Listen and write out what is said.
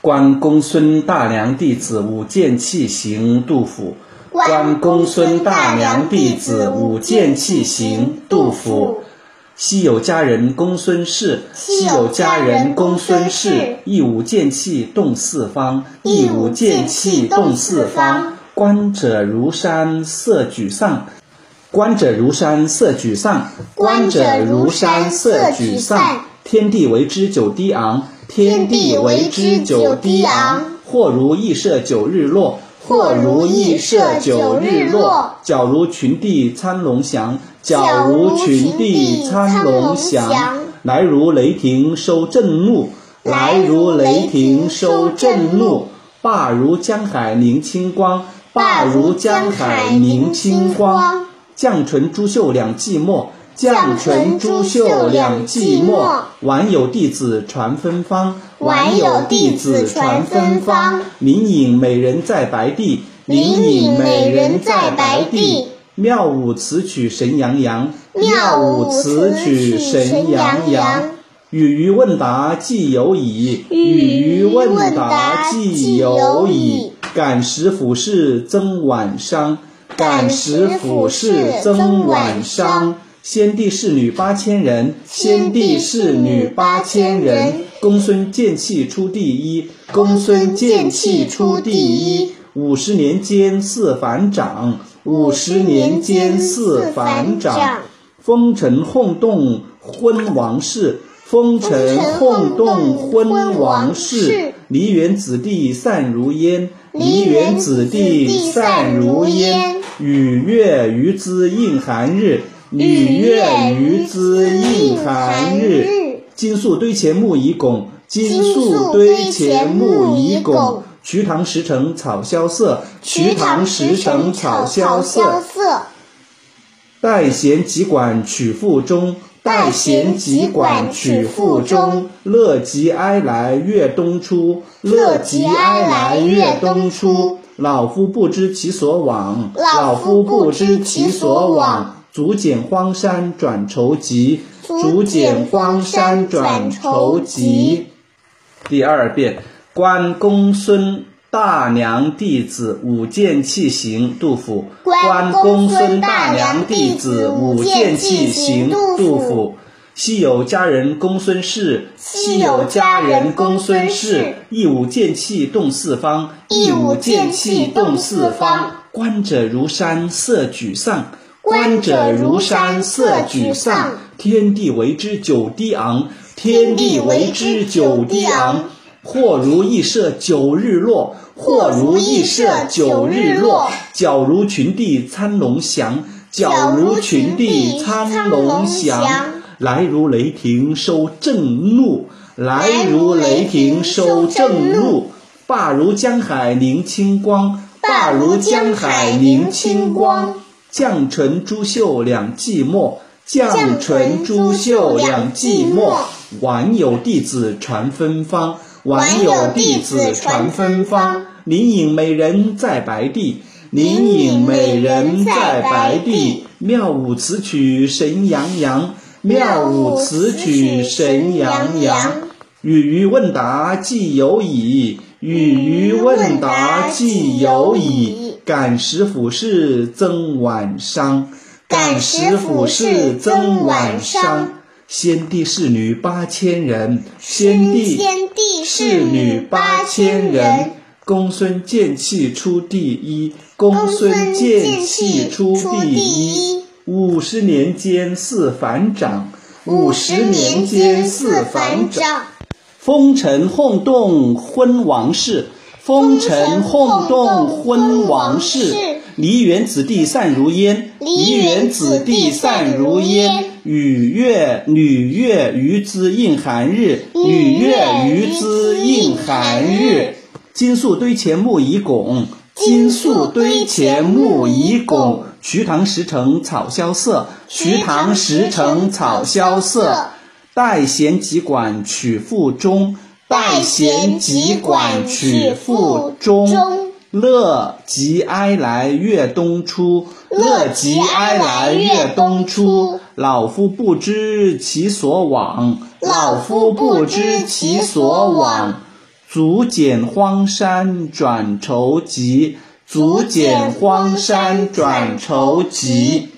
关公孙大娘弟子舞剑器行杜甫。关公孙大娘弟子舞剑器行杜甫。昔有佳人公孙氏，昔有佳人公孙氏，一舞剑气动四方，一舞舞剑剑气气动动四四方方。观者如山色沮丧，观者如山色沮丧，观者如山色沮丧。天地为之久低昂，天天地地为为之之久久低低昂昂。或如羿射九日落，或如羿射九日日落。矫如群帝参龙翔，矫如如群群帝帝参参龙龙翔翔。来如雷霆收震怒，来来如如雷雷霆霆收收震震怒怒。霸如江海凝清光，霸霸如如江江海海凝凝清清光光。绛唇珠绣两寂寞，绛唇绛唇珠珠绣绣两两寂寂寞寞。晚有弟子传芬芳，晚有弟子传芬芳。林隐美人在白帝，林隐美人在白帝。妙舞此曲神洋洋，妙舞此曲神洋洋。与余问答既有矣，与余余问问答答既既有有矣矣。感时府是曾晚伤，感感时时府府是是曾曾晚晚伤伤。先帝侍女八千人，先先帝帝侍侍女女八八千千人人。公孙剑气出第一，公孙剑气出第一。五十年间似反掌，五十年间似反掌。风尘混动昏王室，风尘混动昏王室。梨园子弟散如烟，梨园子弟散如烟。雨月余姿映寒日，雨月余姿映寒日。金粟堆前木已拱，金粟堆前木已拱。瞿塘石城草萧瑟，瞿塘石城草萧瑟。瑟。待弦即管曲腹中，待弦即管曲腹中。乐极哀来越东出，乐极哀来越东出。老夫不知其所往，老夫不知其所往。足减荒山转愁急，足减荒山转愁急。第二遍，关公孙大娘弟子舞剑器行杜甫。关公孙大娘弟子舞剑器行杜甫。昔有佳人公孙氏，昔有佳人公孙氏，一舞剑气动四方，一舞剑气动四方。观者如山色沮丧，观者如山色沮丧。天地为之久低昂，天天地地为为之之久久低低昂昂。或如羿射九日落，或如羿射九日落。矫如群帝参龙翔，矫如群帝参龙翔。来如雷霆收震怒，来如雷霆收震怒。霸如江海凝清光，霸如江海凝清光。绛唇珠绣两寂寞，绛绛唇唇珠珠绣绣两两寂寂寞寞。晚有弟子传芬芳，晚晚有有弟弟子子传芬传芬芳芳。林隐美人在白帝，林林隐隐美美人人在在白白帝帝。妙舞此曲神洋洋，妙舞此曲神洋洋。与余问答既有矣，与余问答既有矣。感时府是曾晚伤，感时府是曾晚伤。先帝侍女八千人，先帝先帝侍侍女女八八千千人人。公孙剑气出第一，公孙剑气出第一。五十年间似反掌，五十年间似反掌。风尘混动昏王室，风尘混动昏王室。梨园子弟散如烟，梨园子弟散如烟。雨月女月余姿映寒日，女月余姿映寒日。金粟堆前木已拱，金粟堆前木已拱。瞿塘石城草萧瑟，瞿瞿塘塘石石城城草草萧萧瑟瑟。待弦即管曲腹中，待弦弦即即管管曲曲腹腹中中。乐极哀来越东出，乐乐极极哀哀来来越越东东出出。老夫不知其所往，老夫不知其所往。足减荒山转愁急，足足减减荒荒山山转转愁愁急急。